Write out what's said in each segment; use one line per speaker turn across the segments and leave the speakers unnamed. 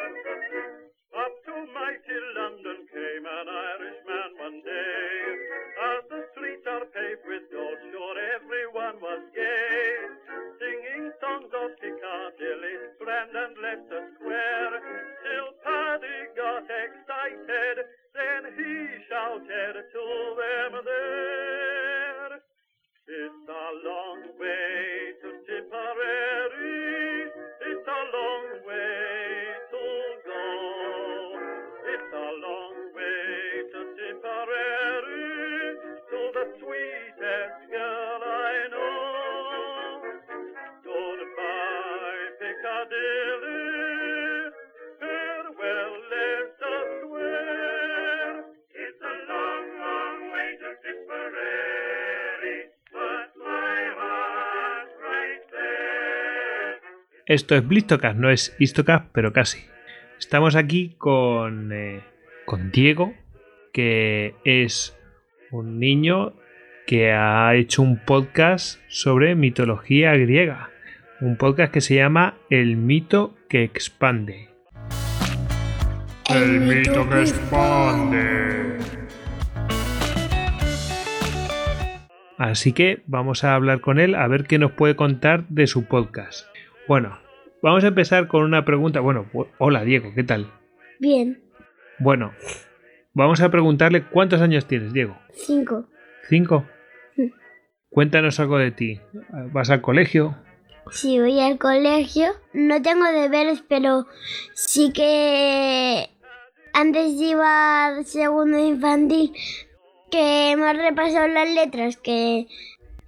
Up to mighty London came an Irishman one day. As the streets are paved with gold, sure everyone was gay. Singing songs of Piccadilly, Strand and Leicester Square. Till Paddy got excited, then he shouted to them there. It's a long way to Tipperary. It's a long way to go. It's a long way to Tipperary. To the sweetest girl I know. Goodbye, Piccadilly. Farewell, Leicester Square. It's a long, long way to Tipperary, but my heart's right there.
Esto es Blistocast, no es Istocast, pero casi. Estamos aquí con, eh, con Diego, que es un niño que ha hecho un podcast sobre mitología griega. Un podcast que se llama El mito que expande.
El mito que expande.
Así que vamos a hablar con él a ver qué nos puede contar de su podcast. Bueno, vamos a empezar con una pregunta. Bueno, bu- hola Diego, ¿qué tal?
Bien,
Bueno, vamos a preguntarle cuántos años tienes, Diego.
5.
¿Cinco?
Sí.
Cuéntanos algo de ti. ¿Vas al colegio?
Si voy al colegio, no tengo deberes, pero sí que antes iba al segundo infantil, que me repasado las letras que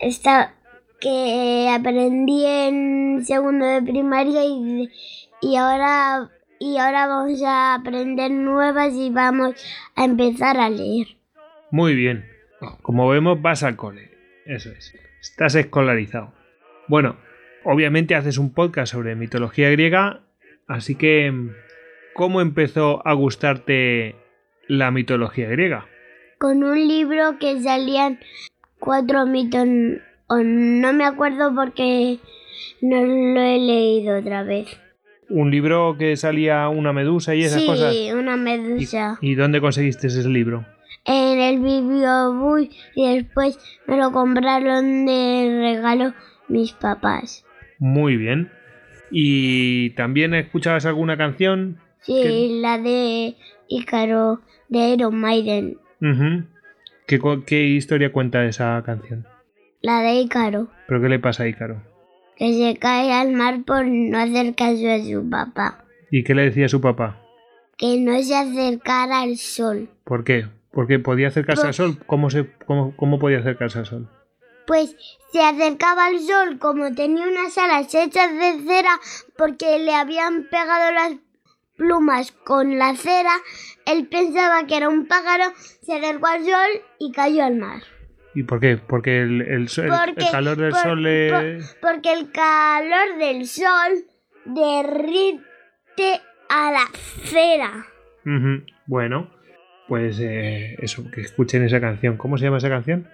está que aprendí en segundo de primaria y, y ahora y ahora vamos a aprender nuevas y vamos a empezar a leer.
Muy bien. Como vemos, vas al cole. Eso es. Estás escolarizado. Bueno, obviamente haces un podcast sobre mitología griega, así que ¿cómo empezó a gustarte la mitología griega?
con un libro que salían cuatro mitos o no me acuerdo porque no lo he leído otra vez.
Un libro que salía una medusa y esas
sí,
cosas.
una
¿Y,
medusa.
y dónde conseguiste ese libro?
En el bibliobús y después me lo compraron de regalo mis papás.
Muy bien. ¿Y también escuchabas alguna canción?
Sí,
¿Qué?
la de Ícaro de Iron Maiden.
Ujú. ¿Qué, co- qué historia cuenta esa canción?
La de Ícaro,
¿Pero qué le pasa a Ícaro?
que se cae al mar por no hacer caso a su papá.
¿Y qué le decía su papá?
Que no se acercara al sol.
¿Por qué? Porque podía acercarse
Por-
al sol. ¿Cómo, se, cómo, cómo podía acercarse al sol?
Pues se acercaba al sol como tenía unas alas hechas de cera porque le habían pegado las plumas con la cera, él pensaba que era un pájaro, se acercó al sol y cayó al mar.
¿Y por qué? Porque el, el sol- el- el
Porque-
calor del
por-
sol le...
por- porque el calor del sol derrite a la cera.
Ujú. Bueno, pues eh, eso, que escuchen esa canción. ¿Cómo se llama esa canción?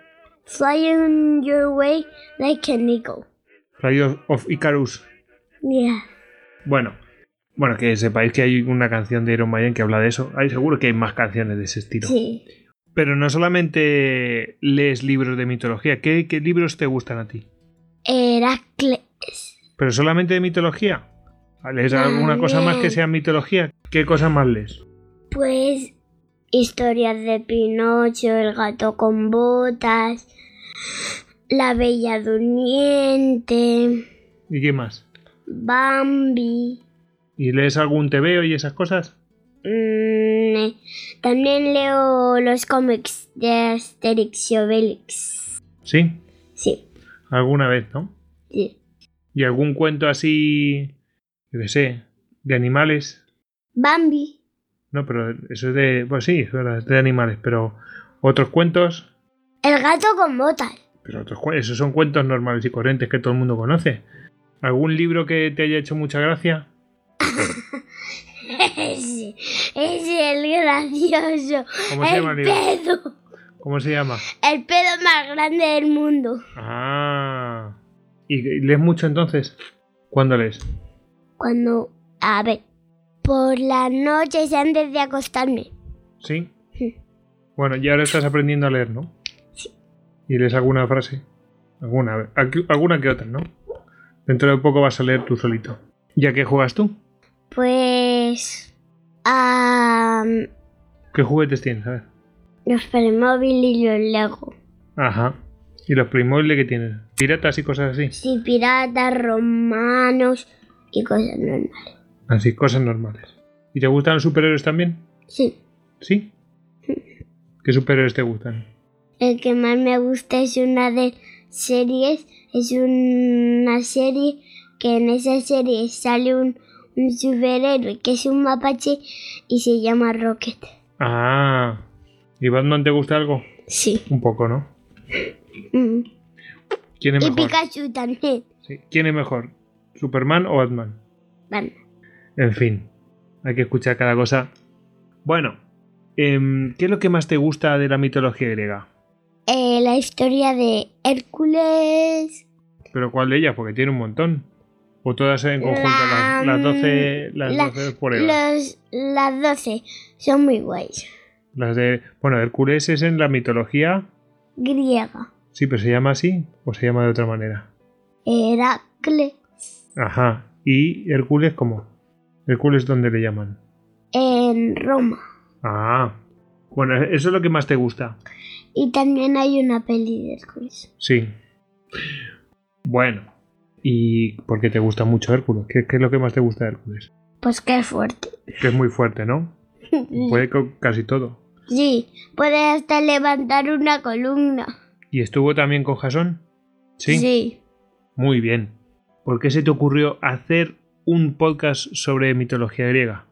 Flying your way like an eagle.
Radio of Icarus.
Yeah.
Bueno, bueno, que sepáis que hay una canción de Iron Maiden que habla de eso. Hay seguro que hay más canciones de ese estilo.
Sí.
Pero no solamente lees libros de mitología. ¿Qué, qué libros te gustan a ti?
Heracles.
¿Pero solamente de mitología? ¿Lees alguna cosa más que
También.
sea mitología? ¿Qué cosa más lees?
Pues historias de Pinocho, el gato con botas, la bella durmiente,
¿Y qué más?
Bambi.
¿Y lees algún TVO y esas cosas?
Mm, eh, también leo los cómics de Asterix y Obelix.
Sí,
Sí,
alguna vez, ¿no?
sí.
¿Y algún cuento así, yo qué sé, de animales?
Bambi.
No, pero eso es de... Pues sí, es verdad, es de animales, pero otros cuentos...
El gato con botas.
Pero otros, cuen- esos son cuentos normales y corrientes que todo el mundo conoce. ¿Algún libro que te haya hecho mucha gracia?
Ese, ese es el gracioso.
¿Cómo se
el Este.
llama el libro?
pedo.
¿Cómo se llama?
El pedo más grande del mundo.
Ah. ¿Y lees mucho entonces? ¿Cuándo lees?
Cuando, a ver, por las noches antes de acostarme.
¿Sí?
Sí.
Bueno, ya ahora estás aprendiendo a leer, ¿no?
Sí.
¿Y lees alguna frase? Alguna, aquí- alguna que otra, ¿no? Dentro de poco vas a leer tú solito. ¿Y a qué juegas tú?
Pues a
¿Qué juguetes tienes? A ver.
los Playmobil y los Lego.
Ajá. ¿Y los Playmobil de qué tienes? ¿Piratas y cosas así?
Sí, piratas, romanos y cosas normales.
Así, cosas normales. ¿Y te gustan los superhéroes también?
Sí,
¿Sí? ¿Qué superhéroes te gustan?
el que más me gusta es una de series. Es una serie que en esa serie sale un, un superhéroe que es un mapache y se llama Rocket.
Ah. ¿Y Batman te gusta algo?
Sí.
Un poco, ¿no?
mm.
¿Quién es
Y
mejor?
Pikachu también.
Sí. ¿Quién es mejor? ¿Superman o Batman?
Bueno,
En fin, hay que escuchar cada cosa. Bueno, em, ¿qué es lo que más te gusta de la mitología griega?
eh, la historia de Hércules.
¿Pero cuál de ellas? Porque tiene un montón. ¿O todas en conjunto?
La-
las, las 12, las
la-
12 pruebas.
Los, las 12 son muy guays.
Las de, bueno, Hércules es en la mitología.
Griega.
Sí, pero se llama así o se llama de otra manera.
Heracle.
Ajá. ¿Y Hércules cómo? ¿Hércules dónde le llaman?
En Roma.
Ah. Bueno, eso es lo que más te gusta.
Y también hay una peli de Hércules.
Sí. Bueno. ¿Y por qué te gusta mucho Hércules? ¿Qué, qué es lo que más te gusta de Hércules?
Pues qué fuerte.
Que es muy fuerte, ¿no? Puede con casi todo.
Sí, puede hasta levantar una columna.
¿Y estuvo también con Jasón? ¿Sí?
Sí.
Muy bien. ¿Por qué se te ocurrió hacer un podcast sobre mitología griega?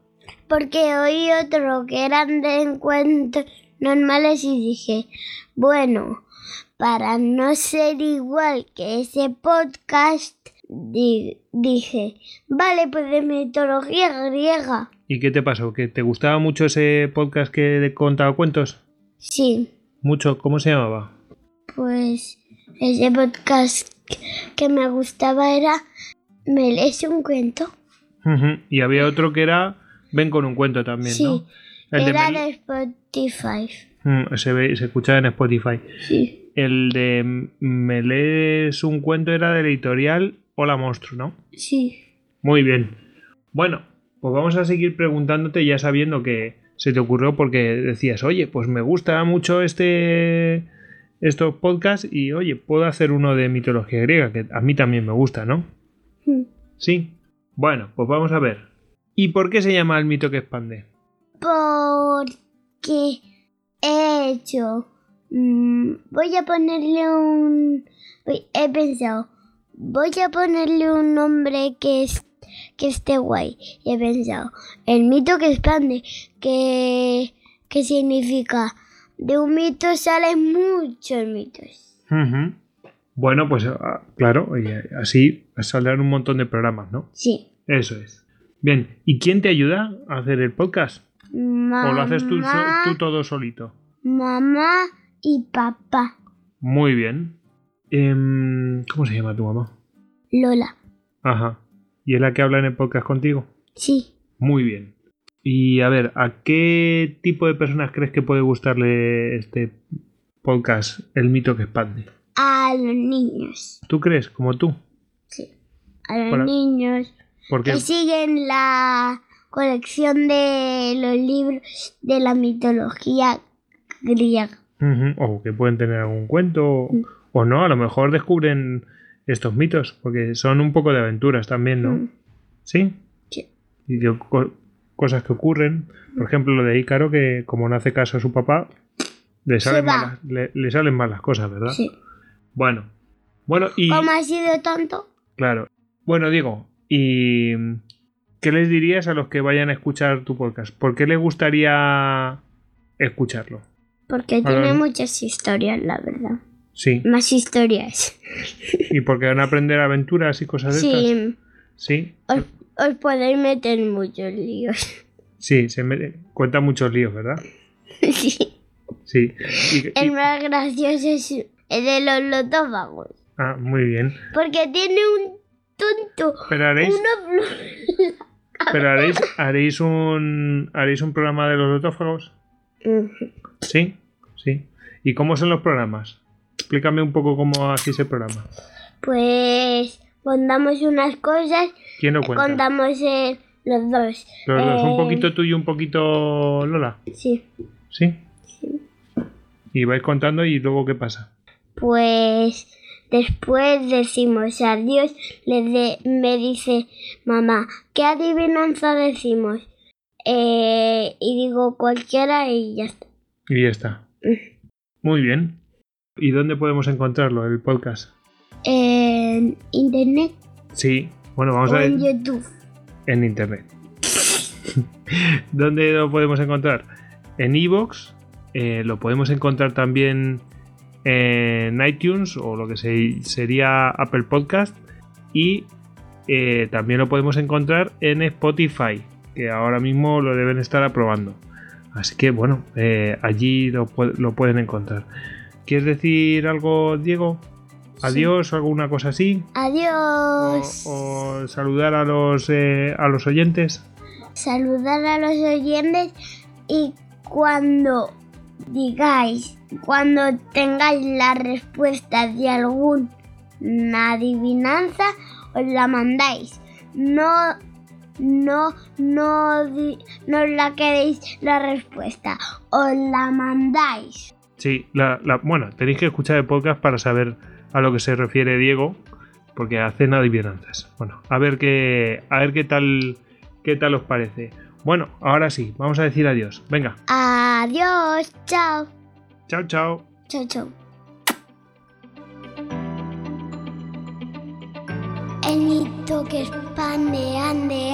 Porque oí otro que eran de encuentros normales y dije, bueno, para no ser igual que ese podcast, di- dije, vale, pues de mitología griega.
¿Y qué te pasó? ¿Que te gustaba mucho ese podcast que contaba cuentos?
Sí,
Mucho. ¿Cómo se llamaba?
pues ese podcast que me gustaba era, ¿me lees un cuento?
Ujú. Y había otro que era Ven con un cuento también,
Sí,
¿no? El de
era
Mel-
de Spotify.
Mm, se, ve- se escuchaba en Spotify.
Sí,
El de M- Me lees un cuento era de la editorial Hola Monstruo, ¿no?
sí,
Muy bien. Bueno, pues vamos a seguir preguntándote ya sabiendo que se te ocurrió porque decías, oye, pues me gusta mucho este estos podcasts y oye, puedo hacer uno de mitología griega, que a mí también me gusta, ¿no?
Mm,
Sí. Bueno, pues vamos a ver. ¿Y por qué se llama el mito que expande?
porque he hecho... mm, voy a ponerle un... voy- He pensado, voy a ponerle un nombre que es que esté guay. Y he pensado, el mito que expande, que, que significa, de un mito salen muchos mitos.
Ujú. Bueno, pues ah, claro, y así saldrán un montón de programas, ¿no?
Sí.
Eso es. Bien, ¿y quién te ayuda a hacer el podcast?
Mamá,
¿O lo haces tú, so- tú todo solito?
mamá y papá.
Muy bien. Em, ¿Cómo se llama tu mamá?
Lola.
Ajá. ¿Y es la que habla en el podcast contigo?
Sí.
Muy bien. Y a ver, ¿a qué tipo de personas crees que puede gustarle este podcast, El mito que expande?
A los niños.
¿Tú crees? Como tú.
Sí. A los
Hola.
niños.
Porque
Que siguen la colección de los libros de la mitología griega.
Ujú, O que pueden tener algún cuento, o,
Mm.
o no, a lo mejor descubren estos mitos, porque son un poco de aventuras también, ¿no?
Mm,
¿Sí?
Sí. Mm.
Y de co- cosas que ocurren, por ejemplo, lo de Ícaro, que como no hace caso a su papá, le
Se
salen,
va.
malas, le, le salen malas cosas, ¿verdad?
Sí.
Bueno, bueno, y
¿Cómo ha sido tonto?
claro. Bueno, Diego, ¿y qué les dirías a los que vayan a escuchar tu podcast? ¿Por qué les gustaría escucharlo?
Porque
A
tiene
ver.
muchas historias, la verdad.
Sí.
Más historias.
¿Y porque van a aprender aventuras y cosas de estas?
Sí.
Sí,
Os, os podéis meter en muchos líos.
sí, se me... cuenta muchos líos, ¿verdad?
sí.
Sí. Y- y-
El más gracioso es el de los lotófagos.
ah, muy bien.
Porque tiene un tonto.
Pero haréis,
Una flor.
pero haréis, haréis un haréis un programa de los lotófagos. Sí, sí. ¿Y cómo son los programas? Explícame un poco cómo hacéis el programa.
Pues contamos unas cosas,
¿Quién lo cuenta?
contamos eh, los dos.
Los dos, un
Eh,
poquito tú y un poquito Lola.
Sí.
¿Sí? Y vais contando y luego qué pasa.
Pues después decimos adiós. Le de- me dice mamá, ¿qué adivinanza decimos? Eh, y digo cualquiera y ya está.
Y ya está.
Mm.
Muy bien. ¿Y dónde podemos encontrarlo, el podcast?
En internet
Sí, bueno, vamos
o
a ver.
en YouTube.
En internet. ¿Dónde lo podemos encontrar? En Evox. lo podemos encontrar también en iTunes o lo que se- sería Apple Podcast. Y eh, también lo podemos encontrar en Spotify, que ahora mismo lo deben estar aprobando. Así que bueno, eh, allí lo, pu- lo pueden encontrar. ¿Quieres decir algo, Diego? Adiós o alguna cosa así o,
Adiós.
o saludar a los eh, a los oyentes.
Saludar a los oyentes y cuando digáis, cuando tengáis la respuesta de alguna adivinanza, os la mandáis. No, no, no, di- no os la queréis la respuesta, os la mandáis.
Sí, la, la- bueno, tenéis que escuchar el podcast para saber a lo que se refiere Diego, porque hacen adivinanzas. Bueno, a ver qué a ver qué tal qué tal os parece. Bueno, ahora sí, vamos a decir adiós. Venga,
Adiós, chao,
chao, chao.
chao, chao. El que es pan de ande,